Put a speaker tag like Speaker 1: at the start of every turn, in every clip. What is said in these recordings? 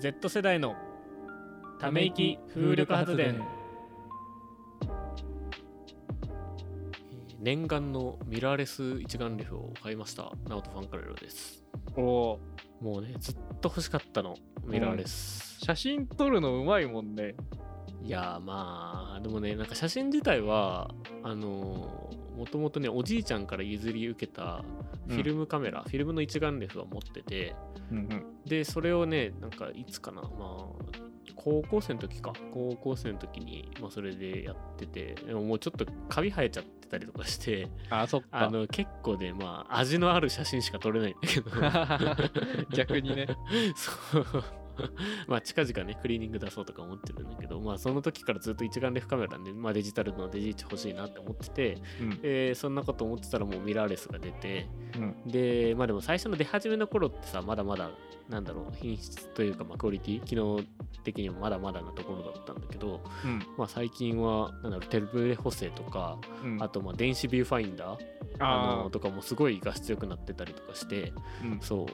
Speaker 1: Z 世代のため息風力発電念願のミラーレス一眼レフを買いましたナオトファンカレロです
Speaker 2: おお
Speaker 1: もうねずっと欲しかったのミラーレス、
Speaker 2: 写真撮るのうまいもんね
Speaker 1: いやーまあでもねなんか写真自体はあのー、もともとねおじいちゃんから譲り受けたフィルムカメラ、フィルムの一眼レフは持ってて
Speaker 2: うん
Speaker 1: でそれをねなんかいつかなまあ高校生の時か高校生の時に、まあ、それでやっててでももうちょっとカビ生えちゃってたりとかして
Speaker 2: あそっ
Speaker 1: あ
Speaker 2: か
Speaker 1: の 結構ねまあ味のある写真しか撮れないんだけど
Speaker 2: 逆にね
Speaker 1: そう まあ近々ねクリーニング出そうとか思ってるんだけどまあその時からずっと一眼レフカメラで、まあ、デジタルのデジイチ欲しいなって思ってて、
Speaker 2: うん
Speaker 1: えーそんなこと思ってたらもうミラーレスが出て
Speaker 2: うん
Speaker 1: でまあでも最初の出始めの頃ってさまだまだなんだろう品質というかまあクオリティ機能的にもまだまだなところだったんだけど、まあ、最近はなんだろうテレ補正とか
Speaker 2: うんうん
Speaker 1: あとまあ電子ビューファインダーあ
Speaker 2: あ
Speaker 1: のとかもすごい画質良くなってたりとかして
Speaker 2: ーうん
Speaker 1: そう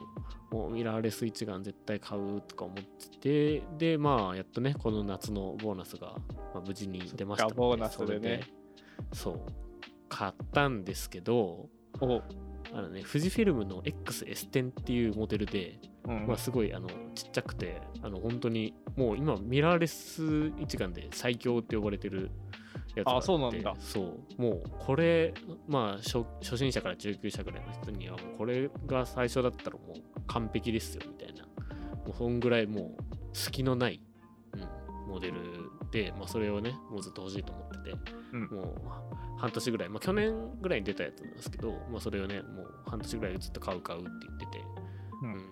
Speaker 1: もうミラーレス一眼絶対買うとか思っててでまあやっとねこの夏のボーナスが、まあ無事に出ましたの
Speaker 2: そっかボーナスでね
Speaker 1: それでそう買ったんですけど
Speaker 2: お
Speaker 1: あのね富士フィルムの XS10 っていうモデルで、
Speaker 2: うん
Speaker 1: まあ、すごいあのちっちゃくてあの本当にもう今ミラーレス一眼で最強って呼ばれてるやつがあって
Speaker 2: あそうなんだ
Speaker 1: そうもうこれまあ初初心者から中級者ぐらいの人にはもうこれが最初だったらもう完璧ですよみたいなもうそんぐらいもう隙のない、うん、モデルで、まあ、それをねもうずっと欲しいと思ってて
Speaker 2: うん
Speaker 1: もう半年ぐらい、まあ、去年ぐらいに出たやつなんですけど、まあ、それをねもう半年ぐらいずっと買う買うって言ってて、
Speaker 2: うん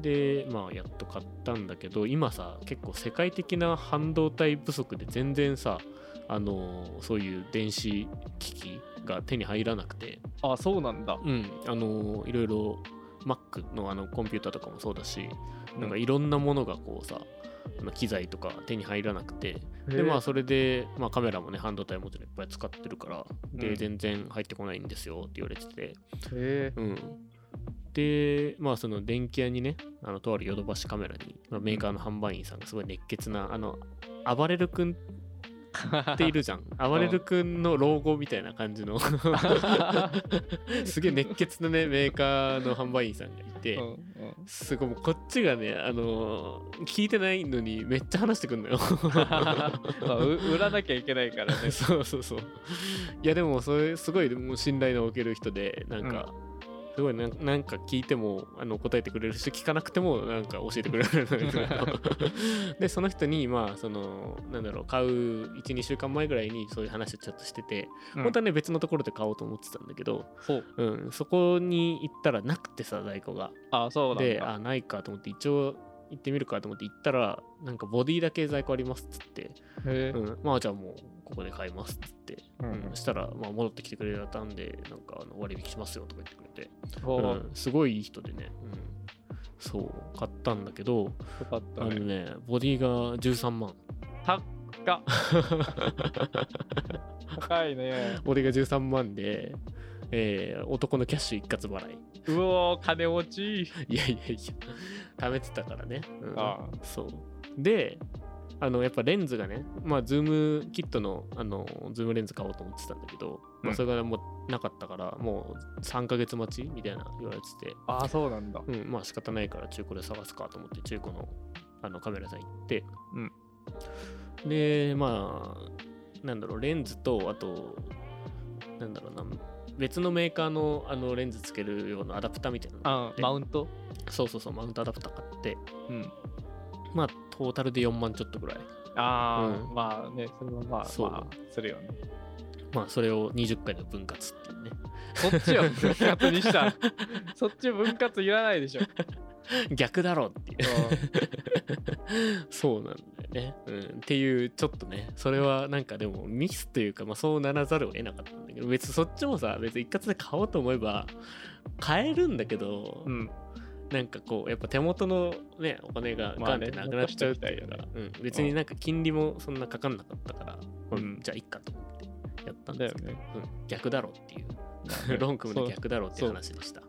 Speaker 1: でまあやっと買ったんだけど今さ結構世界的な半導体不足で全然さあのーそういう電子機器が手に入らなくて、
Speaker 2: あそうなんだ
Speaker 1: うん、あのーいろいろ Mac のあのコンピューターとかもそうだし、なんか
Speaker 2: い
Speaker 1: いろんなものがこうさあの機材とか手に入らなくてで
Speaker 2: で
Speaker 1: まあ
Speaker 2: ま
Speaker 1: それで、まあ、カメラもね半導体もちろんいっぱい使ってるからで、
Speaker 2: うん
Speaker 1: 全然入ってこないんですよって言われてて
Speaker 2: へえ
Speaker 1: うんでまあその電気屋にねあのとあるヨドバシカメラに、まあメーカーの販売員さんがすごい熱血なあの暴れる君って いるじゃん暴れる君の老後みたいな感じのすげえ熱血なねメーカーの販売員さんがいて、
Speaker 2: うん うん
Speaker 1: すごいもうこっちがねあのー聞いてないのにめっちゃ話してくんのよ
Speaker 2: まあう売らなきゃいけないからね
Speaker 1: そうそうそういやでもそれすごいもう信頼のおける人でなんか、すごいなんなんか聞いてもあの答えてくれるし聞かなくてもなんか教えてくれる でその人にまあそのなんだろう買う12週間前ぐらいにそういう話をちょっとしてて、
Speaker 2: うん
Speaker 1: 本当はね別のところで買おうと思ってたんだけど、
Speaker 2: そう
Speaker 1: うん、そこに行ったらなくてさ在庫が
Speaker 2: あそうなん
Speaker 1: で
Speaker 2: だ
Speaker 1: あないかと思って一応行ってみるかと思って行ったらなんかボディだけ在庫ありますっつって、
Speaker 2: へえ
Speaker 1: うん、まあじゃあもうここで買いますっつって、
Speaker 2: うん
Speaker 1: うんしたら、まあ、戻ってきてくれたんでなんかあの割引しますよとか言ってくれて、
Speaker 2: そうよ
Speaker 1: うん、すごいいい人でね、うん、そう買ったんだけど
Speaker 2: かった
Speaker 1: あの
Speaker 2: ね
Speaker 1: ねボディが13万
Speaker 2: 高っ高いね
Speaker 1: ボディが13万で、えー男のキャッシュ一括払いう
Speaker 2: おー金持ち
Speaker 1: いやいやいや貯めてたからね、うん、
Speaker 2: ああ
Speaker 1: そうであのやっぱレンズがねまあズームキットのあのズームレンズ買おうと思ってたんだけど、
Speaker 2: う
Speaker 1: まあ、
Speaker 2: ん
Speaker 1: それがもうなかったからもう3ヶ月待ちみたいな言われてて、
Speaker 2: あそうなんだ
Speaker 1: うん、まあ仕方ないから中古で探すかと思って中古のあのカメラ屋さん行って、でまあなんだろうレンズとあとなんだろうな別のメーカーのあのレンズつける用のアダプターみたいなのが
Speaker 2: あ
Speaker 1: って
Speaker 2: マウント
Speaker 1: そうそうそうマウントアダプター買って
Speaker 2: うん
Speaker 1: まあトータルで4万ちょっとぐらい
Speaker 2: ああ、
Speaker 1: う
Speaker 2: まあねそれはまあ
Speaker 1: そう
Speaker 2: まあするよね
Speaker 1: まあそれを20回の分割っていうね
Speaker 2: そっちを分割にした そっち分割いらないでしょ
Speaker 1: 逆だろっていう
Speaker 2: う
Speaker 1: そうなんだよね、うん、っていうちょっとねそれはなんかでもミスというか、まあ、そうならざるを得なかったんだけど別にそっちもさ別に一括で買おうと思えば買えるんだけど、
Speaker 2: んうん
Speaker 1: なんかこうやっぱ手元のねお金が
Speaker 2: ま
Speaker 1: ガン
Speaker 2: あ
Speaker 1: っ
Speaker 2: ね
Speaker 1: てなくなっちゃうっていうか、
Speaker 2: 残
Speaker 1: うん、別になんか金利もそんなかかんなかったから、
Speaker 2: うん
Speaker 1: じゃあいっかと思ってやったん
Speaker 2: だ
Speaker 1: で
Speaker 2: よ
Speaker 1: すけど、
Speaker 2: ね
Speaker 1: うん、逆だろっていうロンクムの逆だろっていう話でした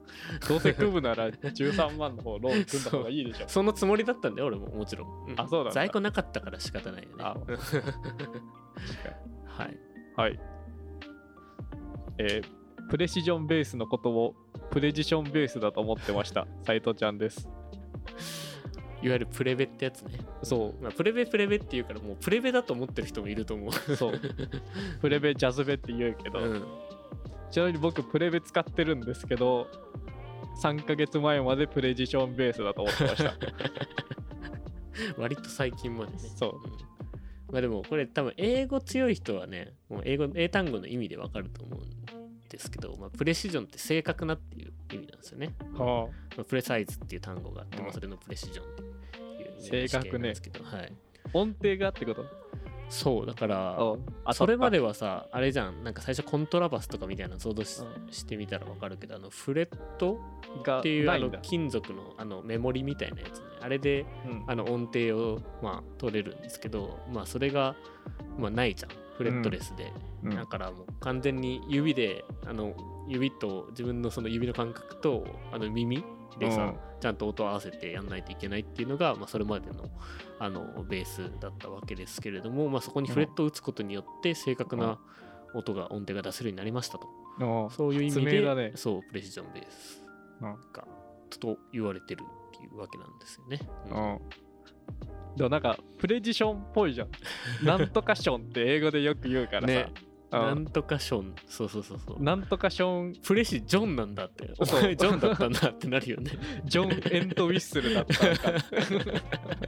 Speaker 2: どうせ組むなら13万の方ローン組んだ方がいいでしょ。
Speaker 1: そのつもりだったんだよ、俺ももちろん。ん
Speaker 2: あそうなんだ
Speaker 1: 在庫なかったから仕方ないよね。
Speaker 2: あ
Speaker 1: うんはい。
Speaker 2: はい。えープレシジョンベースのことをプレジションベースだと思ってました。斉藤ちゃんです。
Speaker 1: いわゆるプレベってやつね。
Speaker 2: そ
Speaker 1: まあ、プレベプレベって言うから、もうプレベだと思ってる人もいると思う。
Speaker 2: う、そう。 プレベ、ジャズベって言うけど、
Speaker 1: うん、
Speaker 2: ちなみに僕プレベ使ってるんですけど、3ヶ月前までプレジションベースだと思ってま した。
Speaker 1: 割と最近までね。
Speaker 2: そう。
Speaker 1: うんまあでもこれ多分英語強い人はね、もう英語英単語の意味でわかると思うんですけど、まあ、プレシジョンって正確なっていう意味なんですよね。
Speaker 2: は
Speaker 1: まあ、プレサイズっていう単語があって、
Speaker 2: うん
Speaker 1: まあそれのプレシジョンっていう、
Speaker 2: 正確ね
Speaker 1: 試験なんですけど、はい。
Speaker 2: あ、音程がってこと
Speaker 1: そうだから、
Speaker 2: あ
Speaker 1: それま
Speaker 2: で、
Speaker 1: ではさあれじゃんなんか最初コントラバスとかみたいなの想像し,、
Speaker 2: う
Speaker 1: してみたらわかるけどあのフレット
Speaker 2: が
Speaker 1: っていう
Speaker 2: な
Speaker 1: あ
Speaker 2: い
Speaker 1: の
Speaker 2: んだ。
Speaker 1: 金属のあのメモリみたいなやつねあれで
Speaker 2: うん
Speaker 1: あの音程を、まあ、取れるんですけどまあそれが、まあ、ないじゃんフレットレスで、
Speaker 2: うん
Speaker 1: だからもう完全に指であの指と自分のその指の感覚とあの耳でさ、
Speaker 2: うん
Speaker 1: ちゃんと音を合わせてやんないといけないっていうのが、まあ、それまでのあのベースだったわけですけれども、まあ、そこにフレットを打つことによって正確な音が音程が出せるようになりましたと、
Speaker 2: うん
Speaker 1: そういう意味
Speaker 2: 発
Speaker 1: で、
Speaker 2: 明だね
Speaker 1: そうプレシジョンベース
Speaker 2: うん
Speaker 1: がと言われてるっていうわけなんですよね。うん
Speaker 2: うん。でもなんか、プレジションっぽ いじゃん。なんとかションって英語でよく言うからさ。
Speaker 1: ね
Speaker 2: うん
Speaker 1: なんとかションそうそうそうそう。
Speaker 2: なんとかション、
Speaker 1: プレシジョンなんだってお
Speaker 2: そう
Speaker 1: 前ジョンだったんだってなるよね。
Speaker 2: ジョン・エント・ウィッスルだったのか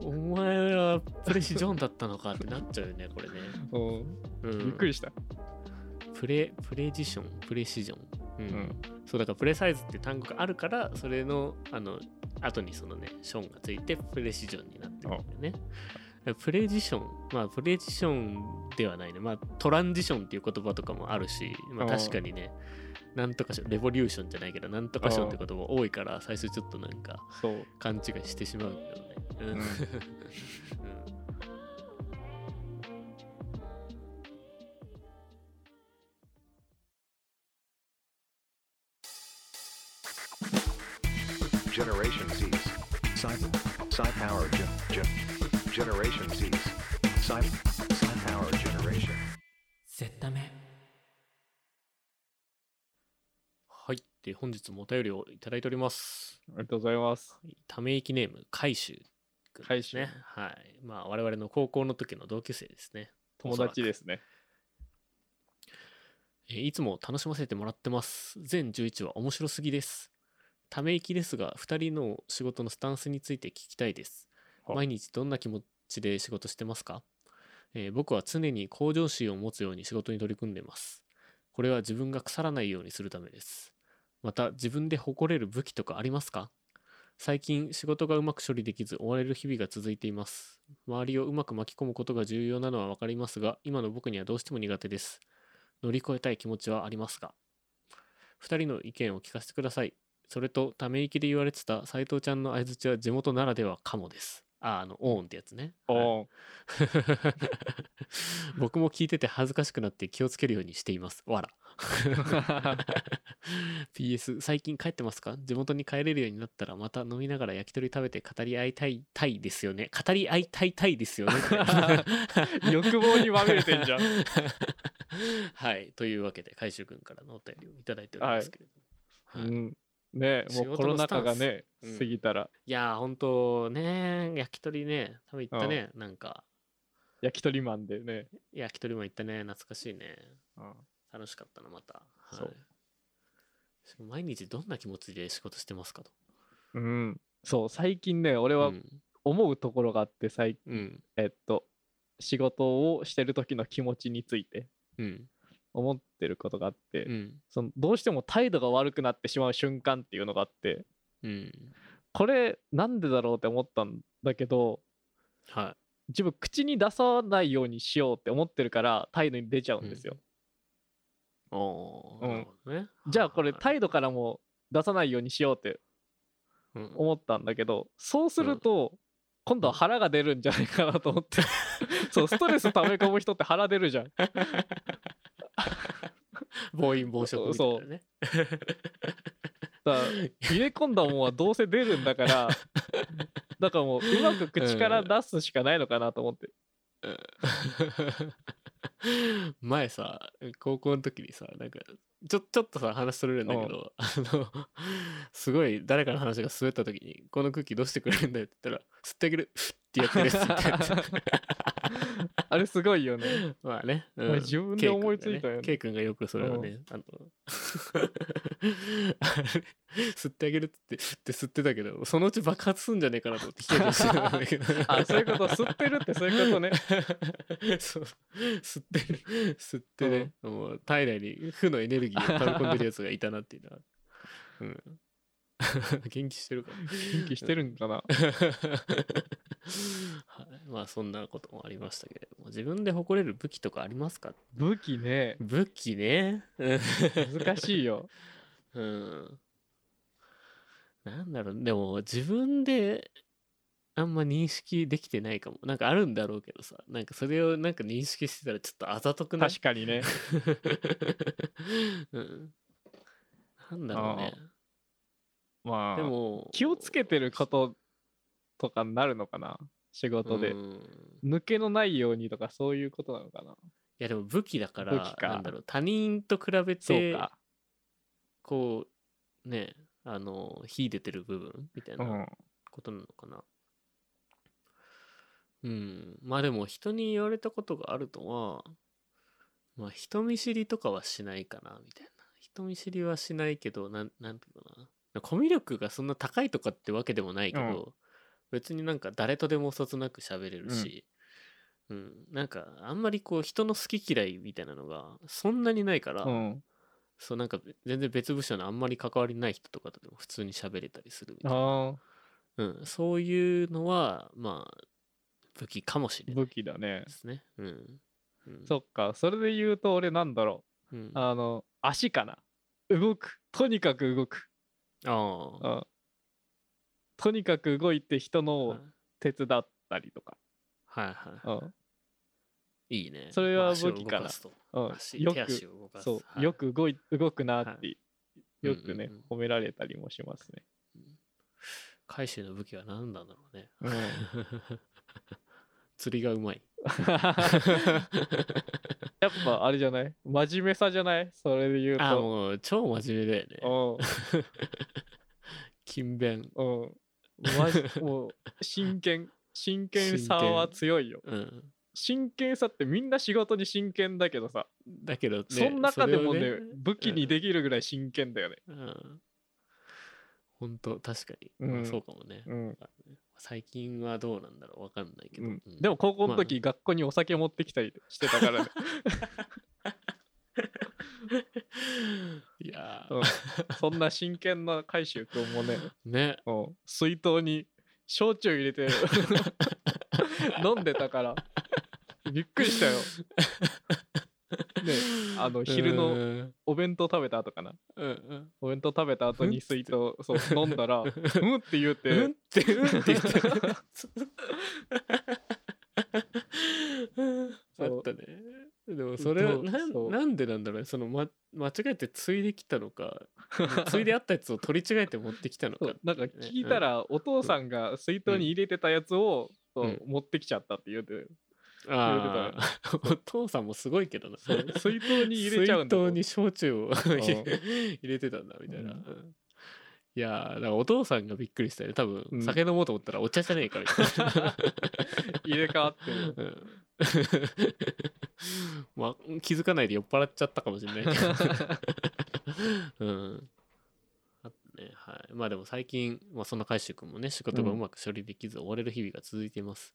Speaker 1: お前はプレシジョンだったのかってなっち ゃうよね、これね。
Speaker 2: うん
Speaker 1: うん、
Speaker 2: びっくりした。
Speaker 1: プレプレジション、プレシジョン。うん
Speaker 2: うん
Speaker 1: そうだからプレサイズって単語があるから、それのあの後にそのね、ションがついてプレシジョンになってるんだよね。プレジション、まあプレジションではないね、まあトランジションっていう言葉とかもあるし、まあ
Speaker 2: うん
Speaker 1: 確かにね、なんとかション、レボリューションじゃないけど、なんとかションって言葉多いから、最初ちょっとなんか、
Speaker 2: そう。
Speaker 1: 勘違いしてしまうけどね。うん
Speaker 2: うん
Speaker 1: うん
Speaker 3: Generation Z's. Sci Sci Power Gen Gen Generation Z's. Sci Sci Power Generation.
Speaker 1: はい。で、本日もお便りをいただいております。
Speaker 2: ありがとうございます。
Speaker 1: ため息ネーム、海舟君ですね。はい。まあ、我々の高校の時の同級生ですね。
Speaker 2: 友達ですね。
Speaker 1: えーいつも楽しませてもらってます。全11話面白すぎです。ため息ですが、2人の仕事のスタンスについて聞きたいです。
Speaker 2: は
Speaker 1: 毎日どんな気持ちで仕事してますか、えー僕は常に向上心を持つように仕事に取り組んでます。これは自分が腐らないようにするためです。また、自分で誇れる武器とかありますか最近、仕事がうまく処理できず追われる日々が続いています。周りをうまく巻き込むことが重要なのはわかりますが、今の僕にはどうしても苦手です。乗り越えたい気持ちはありますが2人の意見を聞かせてくださいそれとため息で言われてた斉藤ちゃんの相づちは地元ならではかもですああのオーンってやつねはい
Speaker 2: おー
Speaker 1: 僕も聞いてて恥ずかしくなって気をつけるようにしています わら PS 最近帰ってますか地元に帰れるようになったらまた飲みながら焼き鳥食べて語り合いたいたいですよね語り合いたいたいで すよね
Speaker 2: 欲望にまみれてんじゃん。あ
Speaker 1: はいというわけで海舟君からのお便りをいただいておりますけれど
Speaker 2: う
Speaker 1: も、はい
Speaker 2: んね
Speaker 1: 仕事
Speaker 2: も
Speaker 1: の
Speaker 2: うコロナ禍がね
Speaker 1: スタンスうん
Speaker 2: 過ぎたら
Speaker 1: いやー本当ね焼き鳥ね多分行ったねなんか
Speaker 2: 焼き鳥マンでね、
Speaker 1: 焼き鳥も行ったね懐かしいね
Speaker 2: うん
Speaker 1: 楽しかったなまた、はい、
Speaker 2: そう
Speaker 1: しかも毎日どんな気持ちで仕事してますかと
Speaker 2: うん、そう最近ね俺
Speaker 1: う
Speaker 2: は
Speaker 1: ん、
Speaker 2: 思うところがあって最
Speaker 1: うん
Speaker 2: えっと仕事をしてる時の気持ちについて
Speaker 1: うん
Speaker 2: 思ってることがあって、
Speaker 1: うん
Speaker 2: そのどうしても態度が悪くなってしまう瞬間っていうのがあって
Speaker 1: うん
Speaker 2: これなんでだろうって思ったんだけど
Speaker 1: は
Speaker 2: 自分口に出さないようにしようって思ってるから態度に出ちゃうんですよ、
Speaker 1: いおー
Speaker 2: うん
Speaker 1: なるほどね
Speaker 2: じゃあこれ
Speaker 1: はい
Speaker 2: 態度からも出さないようにしようって
Speaker 1: はいうん
Speaker 2: 思ったんだけどそうすると今度は腹が出るんじゃないかなと思って そうストレス溜め込む人って腹出るじゃん
Speaker 1: 暴飲暴食みたいなね
Speaker 2: だ から入れ込んだもんはどうせ出るんだからだからもううまく口から出すしかないのかなと思 って、
Speaker 1: 前さ高校の時にさなんかちょちょっとさ話それるんだけどあのすごい誰かの話が滑った時に「この空気どうしてくれるんだよ」って言ったら「吸ってあげる」 ってやってるやつみたい
Speaker 2: あれすごいよね
Speaker 1: なまあね、う
Speaker 2: これ自分で思いついたよね
Speaker 1: K 君がね K 君がよくそれをね、あの あれ吸ってあげるって言って吸ってたけどそのうち爆発すんじゃねえかなと思って危険してたんだけど
Speaker 2: あそういうこと吸ってるってそういうことね
Speaker 1: そう吸ってる吸ってね、もう体内に負のエネルギーを溜め込んでるやつがいたなっていうのは、うん 元気してるか
Speaker 2: 元気してるんかな
Speaker 1: ら、はい、まあそんなこともありましたけれども自分で誇れる武器とかありますか
Speaker 2: 武器ね
Speaker 1: 武器ねうん
Speaker 2: 難しいよ
Speaker 1: うんなんだろうでも自分であんま認識できてないかもなんかあるんだろうけどさなんかそれをなんか認識してたらちょっとあざとくない
Speaker 2: 確かにね
Speaker 1: うんなんだろうね。
Speaker 2: まあ
Speaker 1: でも、
Speaker 2: 気をつけてることとかになるのかな仕事で
Speaker 1: う、ん
Speaker 2: 抜けのないようにとかそういうことなのかない
Speaker 1: や、でも武器だから、
Speaker 2: 武器か
Speaker 1: なんだろう、他人と比べ
Speaker 2: そう
Speaker 1: て、
Speaker 2: か、、
Speaker 1: こう、ね、あの、秀でてる部分みたいうなんことなのかな。うん、まあでも、人に言われたことがあるとは、まあ、人見知りとかはしないかな、みたいな。人見知りはしないけど、なん、なんていうのかな。コミュ力がそんな高いとかってわけでもないけど、
Speaker 2: うん
Speaker 1: 別になんか誰とでもそつなく喋れるし、うんなんかあんまりこう人の好き嫌いみたいなのがそんなにないから、
Speaker 2: うん、
Speaker 1: そうなんか全然別部署のあんまり関わりない人とかとでも普通に喋れたりするみたいな、
Speaker 2: あ
Speaker 1: うん、そういうのはまあ武器かもし
Speaker 2: ー
Speaker 1: れない
Speaker 2: 武器だね
Speaker 1: ですね。うんうん
Speaker 2: そっかそれで言うと俺なんだろ
Speaker 1: うん
Speaker 2: う
Speaker 1: あ
Speaker 2: あの足かな動くとにかく動く、
Speaker 1: あ
Speaker 2: うん、とにかく動いて人の
Speaker 1: はい
Speaker 2: を手伝ったりとか、
Speaker 1: はいは
Speaker 2: うん
Speaker 1: いいいね
Speaker 2: それは
Speaker 1: 足を
Speaker 2: 武器かな
Speaker 1: 動すと
Speaker 2: うん、
Speaker 1: 足
Speaker 2: よ
Speaker 1: 手足
Speaker 2: く
Speaker 1: を動かす
Speaker 2: そう、
Speaker 1: はい
Speaker 2: よく動い動くなって、
Speaker 1: い
Speaker 2: よくね、
Speaker 1: うんうん
Speaker 2: 褒められたりもします ね、
Speaker 1: 海舟の武器は何なんだろうね
Speaker 2: うん、
Speaker 1: 釣りがうまい
Speaker 2: やっぱあれじゃない真面目さじゃないそれで言う
Speaker 1: あ
Speaker 2: と。
Speaker 1: もう超真面目だよね勤勉
Speaker 2: うん。うん。まじ、 もう、真剣。真剣さは強いよ。
Speaker 1: うん
Speaker 2: 真剣さってみんな仕事に真剣だけどさ、
Speaker 1: だけどね
Speaker 2: その中でもね
Speaker 1: それを
Speaker 2: 武器にできるぐらい真剣だよね。
Speaker 1: うん本当確かに、
Speaker 2: うん
Speaker 1: まあそうかもね
Speaker 2: うん。
Speaker 1: 最近はどうなんだろうわかんないけど、うん
Speaker 2: でも高校の時、
Speaker 1: ま
Speaker 2: 学校にお酒持ってきたりしてたからね。
Speaker 1: いや
Speaker 2: うんそんな真剣な海舟君も ね、
Speaker 1: ーね
Speaker 2: うん水筒に焼酎入れ て飲んでたから、びっくりした よ。ねあの昼
Speaker 1: う
Speaker 2: の
Speaker 1: ん
Speaker 2: お弁当食べた後かな
Speaker 1: うんうん
Speaker 2: お弁当食べた後に水筒そう飲んだ ら「うん」って言うて、
Speaker 1: うんってうんって言ってる あ
Speaker 2: そう
Speaker 1: ったねでもそれは
Speaker 2: そう
Speaker 1: なん
Speaker 2: そう
Speaker 1: なんでなんだろうねその、ま、間違えてついできたのかついであったやつを取り違えて持ってきたの
Speaker 2: そ
Speaker 1: か
Speaker 2: うなんか聞いたらお父さんが水筒に入れてたやつを、そう
Speaker 1: うん
Speaker 2: 持ってきちゃったって言うて、
Speaker 1: ああ お父さんもすごいけどな
Speaker 2: そう水筒に入れちゃうんだもん
Speaker 1: 水筒に焼酎を 入
Speaker 2: う
Speaker 1: れてたんだみたいな、
Speaker 2: うん
Speaker 1: うんいやーだからお父さんがびっくりしたよね多分、
Speaker 2: うん
Speaker 1: 酒飲もうと思ったらお茶じゃねえかみたいな
Speaker 2: 入れ替わってる
Speaker 1: うんまあ気づかないで酔っ払っちゃったかもしれないけどうんあとねはいまあでも最近、まあ、そんな海舟君もね仕事がうまく処理できず追われる日々が続いています、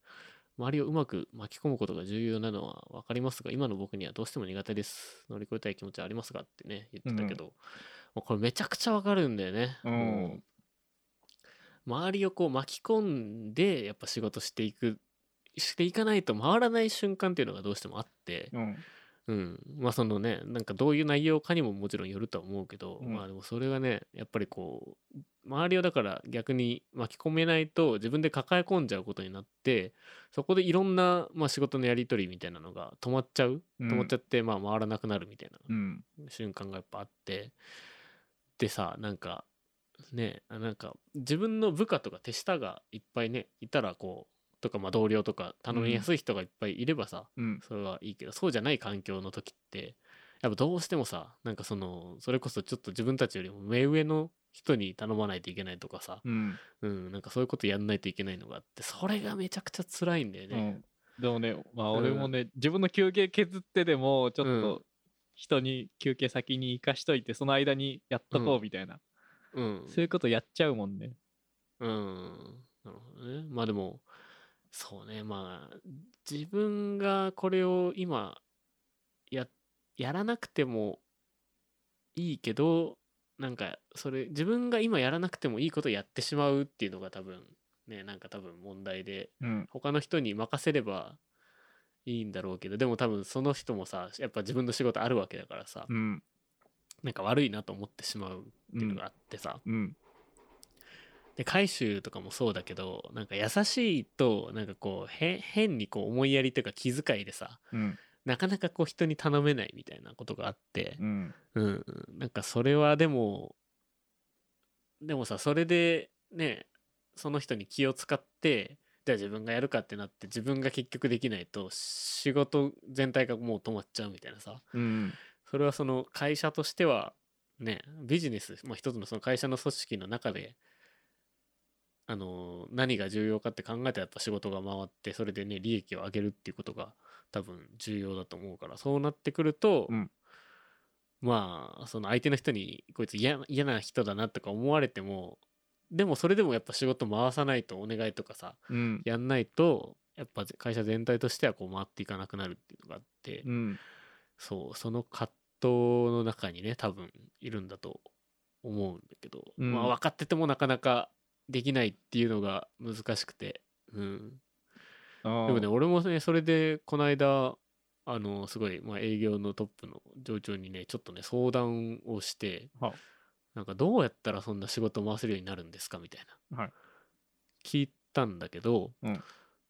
Speaker 1: 周りをうまく巻き込むことが重要なのは分かりますが今の僕にはどうしても苦手です乗り越えたい気持ちはありますがってね言ってたけど、もうこれめちゃくちゃ分かるんだよね、
Speaker 2: うん
Speaker 1: も周りをこう巻き込んでやっぱ仕事していくしていかないと回らない瞬間っていうのがどうしてもあって、
Speaker 2: うん
Speaker 1: うん、まあそのねなんかどういう内容かにももちろんよるとは思うけど、
Speaker 2: うん
Speaker 1: まあでもそれがねやっぱりこう周りをだから逆に巻き込めないと自分で抱え込んじゃうことになってそこでいろんな、まあ、仕事のやり取りみたいなのが止まっちゃう
Speaker 2: うん
Speaker 1: 止まっちゃって、まあ回らなくなるみたいな
Speaker 2: うん
Speaker 1: 瞬間がやっぱあってでさなんかねあなんか自分の部下とか手下がいっぱいねいたらこうとかまあ同僚とか頼みやすい人がいっぱいいればさ、
Speaker 2: うん
Speaker 1: それはいいけどそうじゃない環境の時ってやっぱどうしてもさなんかそのそれこそちょっと自分たちよりも目上の人に頼まないといけないとかさ、
Speaker 2: うん、
Speaker 1: うん、なんかそういうことやんないといけないのがあってそれがめちゃくちゃ辛いんだよ
Speaker 2: う
Speaker 1: ね。
Speaker 2: ん、でもねまあ俺もね、自分の休憩削ってでもちょっ
Speaker 1: う
Speaker 2: と人に休憩先に行かしといてその間にやっとこうみたいな、
Speaker 1: うん、
Speaker 2: そういうことやっちゃうもんね
Speaker 1: うん。なるほどね。まあでも、そうね。まあ、自分がこれを今、や、やらなくてもいいけど、なんか、それ、自分が今やらなくてもいいことをやってしまうっていうのが多分、ね、なんか多分問題で、
Speaker 2: うん
Speaker 1: 他の人に任せればいいんだろうけど、でも多分その人もさ、やっぱ自分の仕事あるわけだからさ、
Speaker 2: うん
Speaker 1: なんか悪いなと思ってしまうっていうのがあってさ、
Speaker 2: うん
Speaker 1: で回収とかもそうだけどなんか優しいとなんかこうへ変にこう思いやりというか気遣いでさ
Speaker 2: うん
Speaker 1: なかなかこう人に頼めないみたいなことがあって
Speaker 2: う、ん
Speaker 1: うんなんかそれはでもでもさそれでねその人に気を使ってじゃあ自分がやるかってなって自分が結局できないと仕事全体がもう止まっちゃうみたいなさ
Speaker 2: うん
Speaker 1: それはその会社としてはねビジネス、まあ、一つのその会社の組織の中であの何が重要かって考えてやっぱ仕事が回ってそれでね利益を上げるっていうことが多分重要だと思うからそうなってくると、
Speaker 2: うん
Speaker 1: まあその相手の人にこいつ嫌嫌な人だなとか思われてもでもそれでもやっぱ仕事回さないとお願いとかさ
Speaker 2: うん
Speaker 1: やんないとやっぱ会社全体としてはこう回っていかなくなるっていうのがあって。
Speaker 2: うん
Speaker 1: そう、その葛藤の中にね、多分いるんだと思うんだけど、
Speaker 2: うん
Speaker 1: まあ分かっててもなかなかできないっていうのが難しくて、うん。でもね、俺もね、それでこの間、あの、すごい、まあ、営業のトップの上長にね、ちょっとね、相談をして
Speaker 2: はあ、
Speaker 1: なんかどうやったらそんな仕事回せるようになるんですかみたいな、
Speaker 2: はい
Speaker 1: 聞いたんだけど、
Speaker 2: うん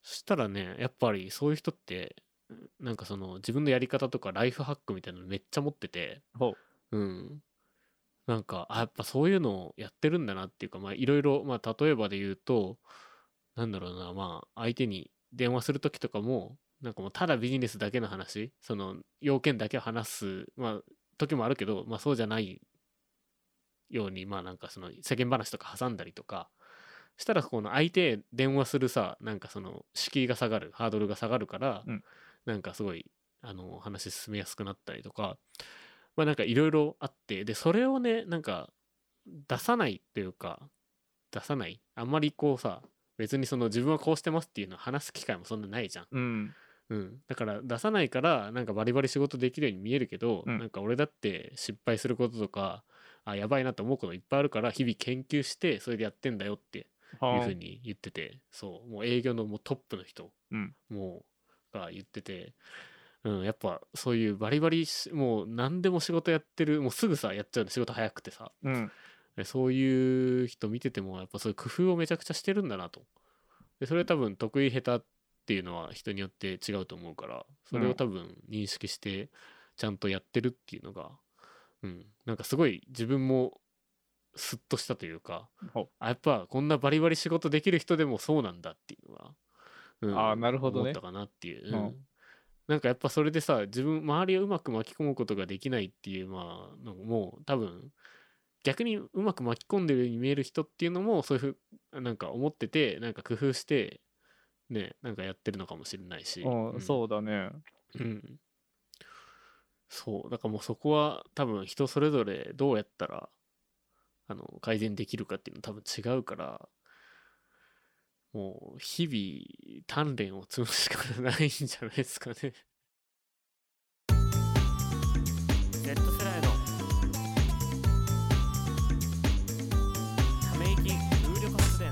Speaker 1: そしたらねやっぱりそういう人ってなんかその自分のやり方とかライフハックみたいなのめっちゃ持ってて
Speaker 2: ほ
Speaker 1: うんなんかあやっぱそういうのをやってるんだなっていうかまあいろいろまあ例えばで言うとなんだろうなまあ相手に電話する時とかもなんかもうただビジネスだけの話その要件だけを話すまあ時もあるけどまあそうじゃないようにまあなんかその世間話とか挟んだりとかしたらこの相手へ電話するさなんかその敷居が下がるハードルが下がるから、
Speaker 2: うん
Speaker 1: なんかすごいあの話進めやすくなったりとかまあなんかいろいろあってでそれをねなんか出さないというか出さないあんまりこうさ別にその自分はこうしてますっていうのを話す機会もそんなないじゃん。
Speaker 2: うん
Speaker 1: うん、だから出さないからなんかバリバリ仕事できるように見えるけど、
Speaker 2: うん
Speaker 1: なんか俺だって失敗することとかあやばいなと思うこといっぱいあるから日々研究してそれでやってんだよっていう
Speaker 2: は
Speaker 1: ふうに言っててそうもう営業のもうトップの人、
Speaker 2: うん
Speaker 1: もうが言ってて、うん、やっぱそういうバリバリしもう何でも仕事やってるもうすぐさやっちゃうの仕事早くてさ
Speaker 2: うん
Speaker 1: でそういう人見ててもやっぱそういう工夫をめちゃくちゃしてるんだなとでそれ多分得意下手っていうのは人によって違うと思うからそれ
Speaker 2: う
Speaker 1: を
Speaker 2: ん
Speaker 1: 多分認識してちゃんとやってるっていうのが、うん、なんかすごい自分もスッとしたというか、
Speaker 2: ほ
Speaker 1: あやっぱこんなバリバリ仕事できる人でもそうなんだっていうのは、うん
Speaker 2: あーなるほどね
Speaker 1: 思ったかなっていう、
Speaker 2: うん
Speaker 1: うんなんかやっぱそれでさ自分周りをうまく巻き込むことができないっていうまあのも多分逆にうまく巻き込んでるように見える人っていうのもそういうふうなんか思っててなんか工夫してねなんかやってるのかもしれないし、
Speaker 2: うんそうだね
Speaker 1: うん、うん、そうだからもうそこは多分人それぞれどうやったらあの改善できるかっていうのは多分違うからもう日々鍛錬を積むしかないんじゃないですかね Z 世代のため息風力発電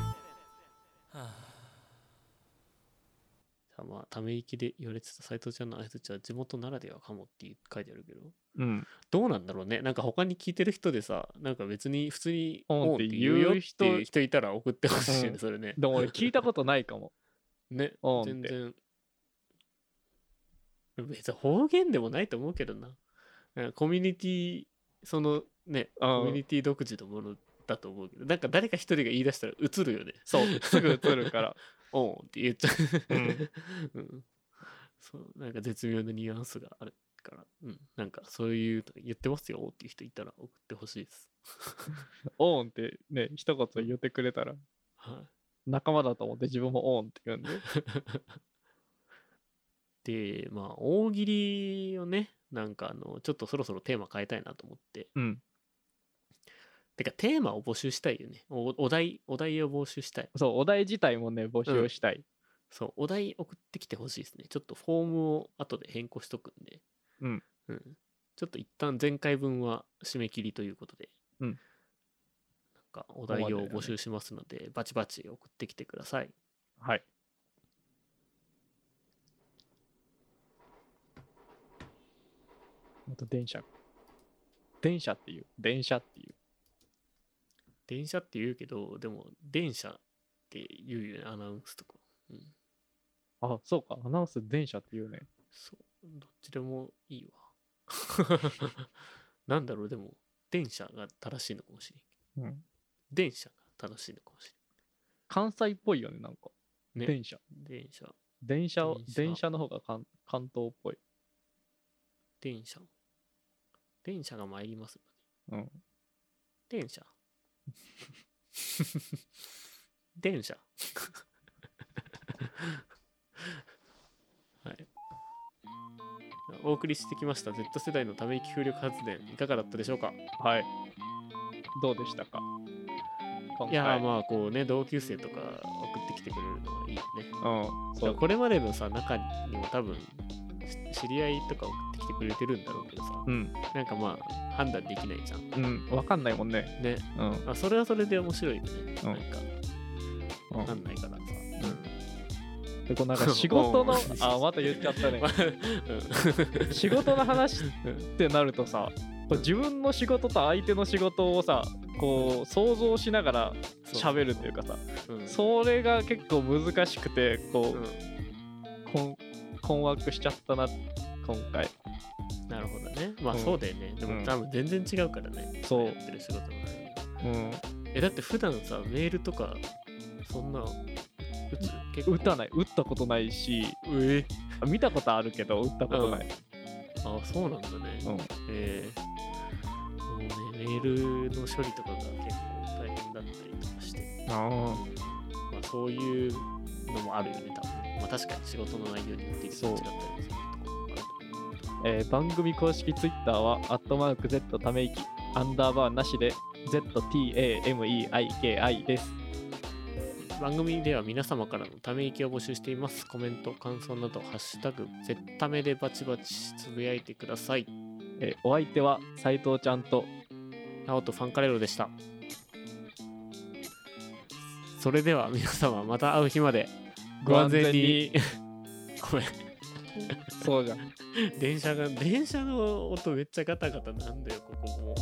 Speaker 1: まあ、ため息で言われてた斎藤ちゃんの挨拶は地元ならではかもって書いてあるけど
Speaker 2: うん
Speaker 1: どうなんだろうねなんか他に聞いてる人でさなんか別に普通に「
Speaker 2: オン
Speaker 1: オン」っ
Speaker 2: ってて
Speaker 1: 言うよ
Speaker 2: 言う
Speaker 1: って
Speaker 2: 人
Speaker 1: いう人いたら送ってほしいよね、
Speaker 2: うん
Speaker 1: それね
Speaker 2: でも俺聞いたことないかも
Speaker 1: ね
Speaker 2: オンって
Speaker 1: 全然別に方言でもないと思うけどななんかコミュニティそのね
Speaker 2: うん
Speaker 1: コミュニティ独自のものだと思うけどなんか誰か一人が言い出したら映るよね
Speaker 2: そうすぐ映るから
Speaker 1: おんって言っちゃう、
Speaker 2: うん
Speaker 1: うんそうなんか絶妙なニュアンスがあるから、うん、なんかそういうの言ってますよっていう人いたら送ってほしいです、
Speaker 2: 「オーン」ってね一言言ってくれたら
Speaker 1: はい、
Speaker 2: 仲間だと思って自分も「オーン」って言うんで
Speaker 1: でまあ大喜利をねなんかあのちょっとそろそろテーマ変えたいなと思って
Speaker 2: うん
Speaker 1: てかテーマを募集したいよねおお題お題を募集したい
Speaker 2: そうお題自体もね募集をしたい、
Speaker 1: そうお題送ってきてほしいですねちょっとフォームを後で変更しとくんで
Speaker 2: うん、
Speaker 1: うん、ちょっと一旦前回分は締め切りということで、
Speaker 2: うん
Speaker 1: なんかお題
Speaker 2: ここま
Speaker 1: を
Speaker 2: でだね
Speaker 1: 募集しますのでバチバチ送ってきてください
Speaker 2: はいあと電車電車っていう電車っていう
Speaker 1: 電車って言うけどでも電車って言うよねアナウンスとか
Speaker 2: あそうかアナウンス電車っていうね
Speaker 1: そう、どっちでもいいわ。 なんだろう、でも、電車が正しいのかもしれん。
Speaker 2: うん
Speaker 1: 電車が正しいのかもし
Speaker 2: 関西っぽいよねなんか
Speaker 1: れん。ね、
Speaker 2: 電車
Speaker 1: 電車、
Speaker 2: 電車を
Speaker 1: 電車
Speaker 2: 電車の方が関関東っぽい
Speaker 1: 電車。電車が参りますので。
Speaker 2: うん
Speaker 1: 電車。電車。 はい。お送りしてきました Z 世代のため息風力発電いかがだったでしょうか
Speaker 2: はいどうでしたか今回
Speaker 1: いやーまあこうね同級生とか送ってきてくれるのはいいよね。
Speaker 2: うんそ
Speaker 1: だから
Speaker 2: う
Speaker 1: これまでのさ中にも多分し知り合いとか送ってきてくれてるんだろうけどさ
Speaker 2: うん
Speaker 1: なんかまあ判断できないじゃん。
Speaker 2: うんわかんないもんね
Speaker 1: ね、
Speaker 2: うん
Speaker 1: まあ、それはそれで面白いよね。
Speaker 2: うん
Speaker 1: なんか
Speaker 2: う
Speaker 1: わか
Speaker 2: ん
Speaker 1: んないからさ。
Speaker 2: でこうなんか仕事
Speaker 1: お
Speaker 2: の
Speaker 1: う
Speaker 2: あまた言っちゃったね
Speaker 1: まあ うん
Speaker 2: 仕事の話ってなるとさこう自分の仕事と相手の仕事をさこう想像しながら喋るっていうかさ
Speaker 1: うん
Speaker 2: それが結構難しくてこ
Speaker 1: うん
Speaker 2: う困困惑しちゃったな今回
Speaker 1: なるほどね。まあ
Speaker 2: うん
Speaker 1: そうだよね。で
Speaker 2: う
Speaker 1: も
Speaker 2: ん
Speaker 1: 多分全然違うからね。
Speaker 2: そう
Speaker 1: やってる仕事もね。
Speaker 2: うん
Speaker 1: え、だって普段さメールとかそんな打つ結構
Speaker 2: 打たない打ったことないし
Speaker 1: ええ
Speaker 2: 見たことあるけど打ったことない
Speaker 1: あそうなんだね。
Speaker 2: うん
Speaker 1: えー、もうね、メールの処理とかが結構大変だったりとかして、
Speaker 2: あ
Speaker 1: まあ、そういうのもあるよね、多分。まあ、確かに仕事の内容によって一
Speaker 2: そう
Speaker 1: 違ったりするところもあると
Speaker 2: えー番組公式ツイッターは、アットマーク Z ため息、アンダーバーなしで、ZTAMEIKI です。
Speaker 1: 思う。番組では皆様からのため息を募集しています。コメント、感想など、ハッシュタグ、絶ためでバチバチつぶやいてください。
Speaker 2: えーお相手は斉藤ちゃんと、
Speaker 1: ナオとファンカレロでした。それでは皆様、また会う日までご安全に。 ごめん。
Speaker 2: そうじゃん。
Speaker 1: 電車が電車の音めっちゃガタガタなんだよここもう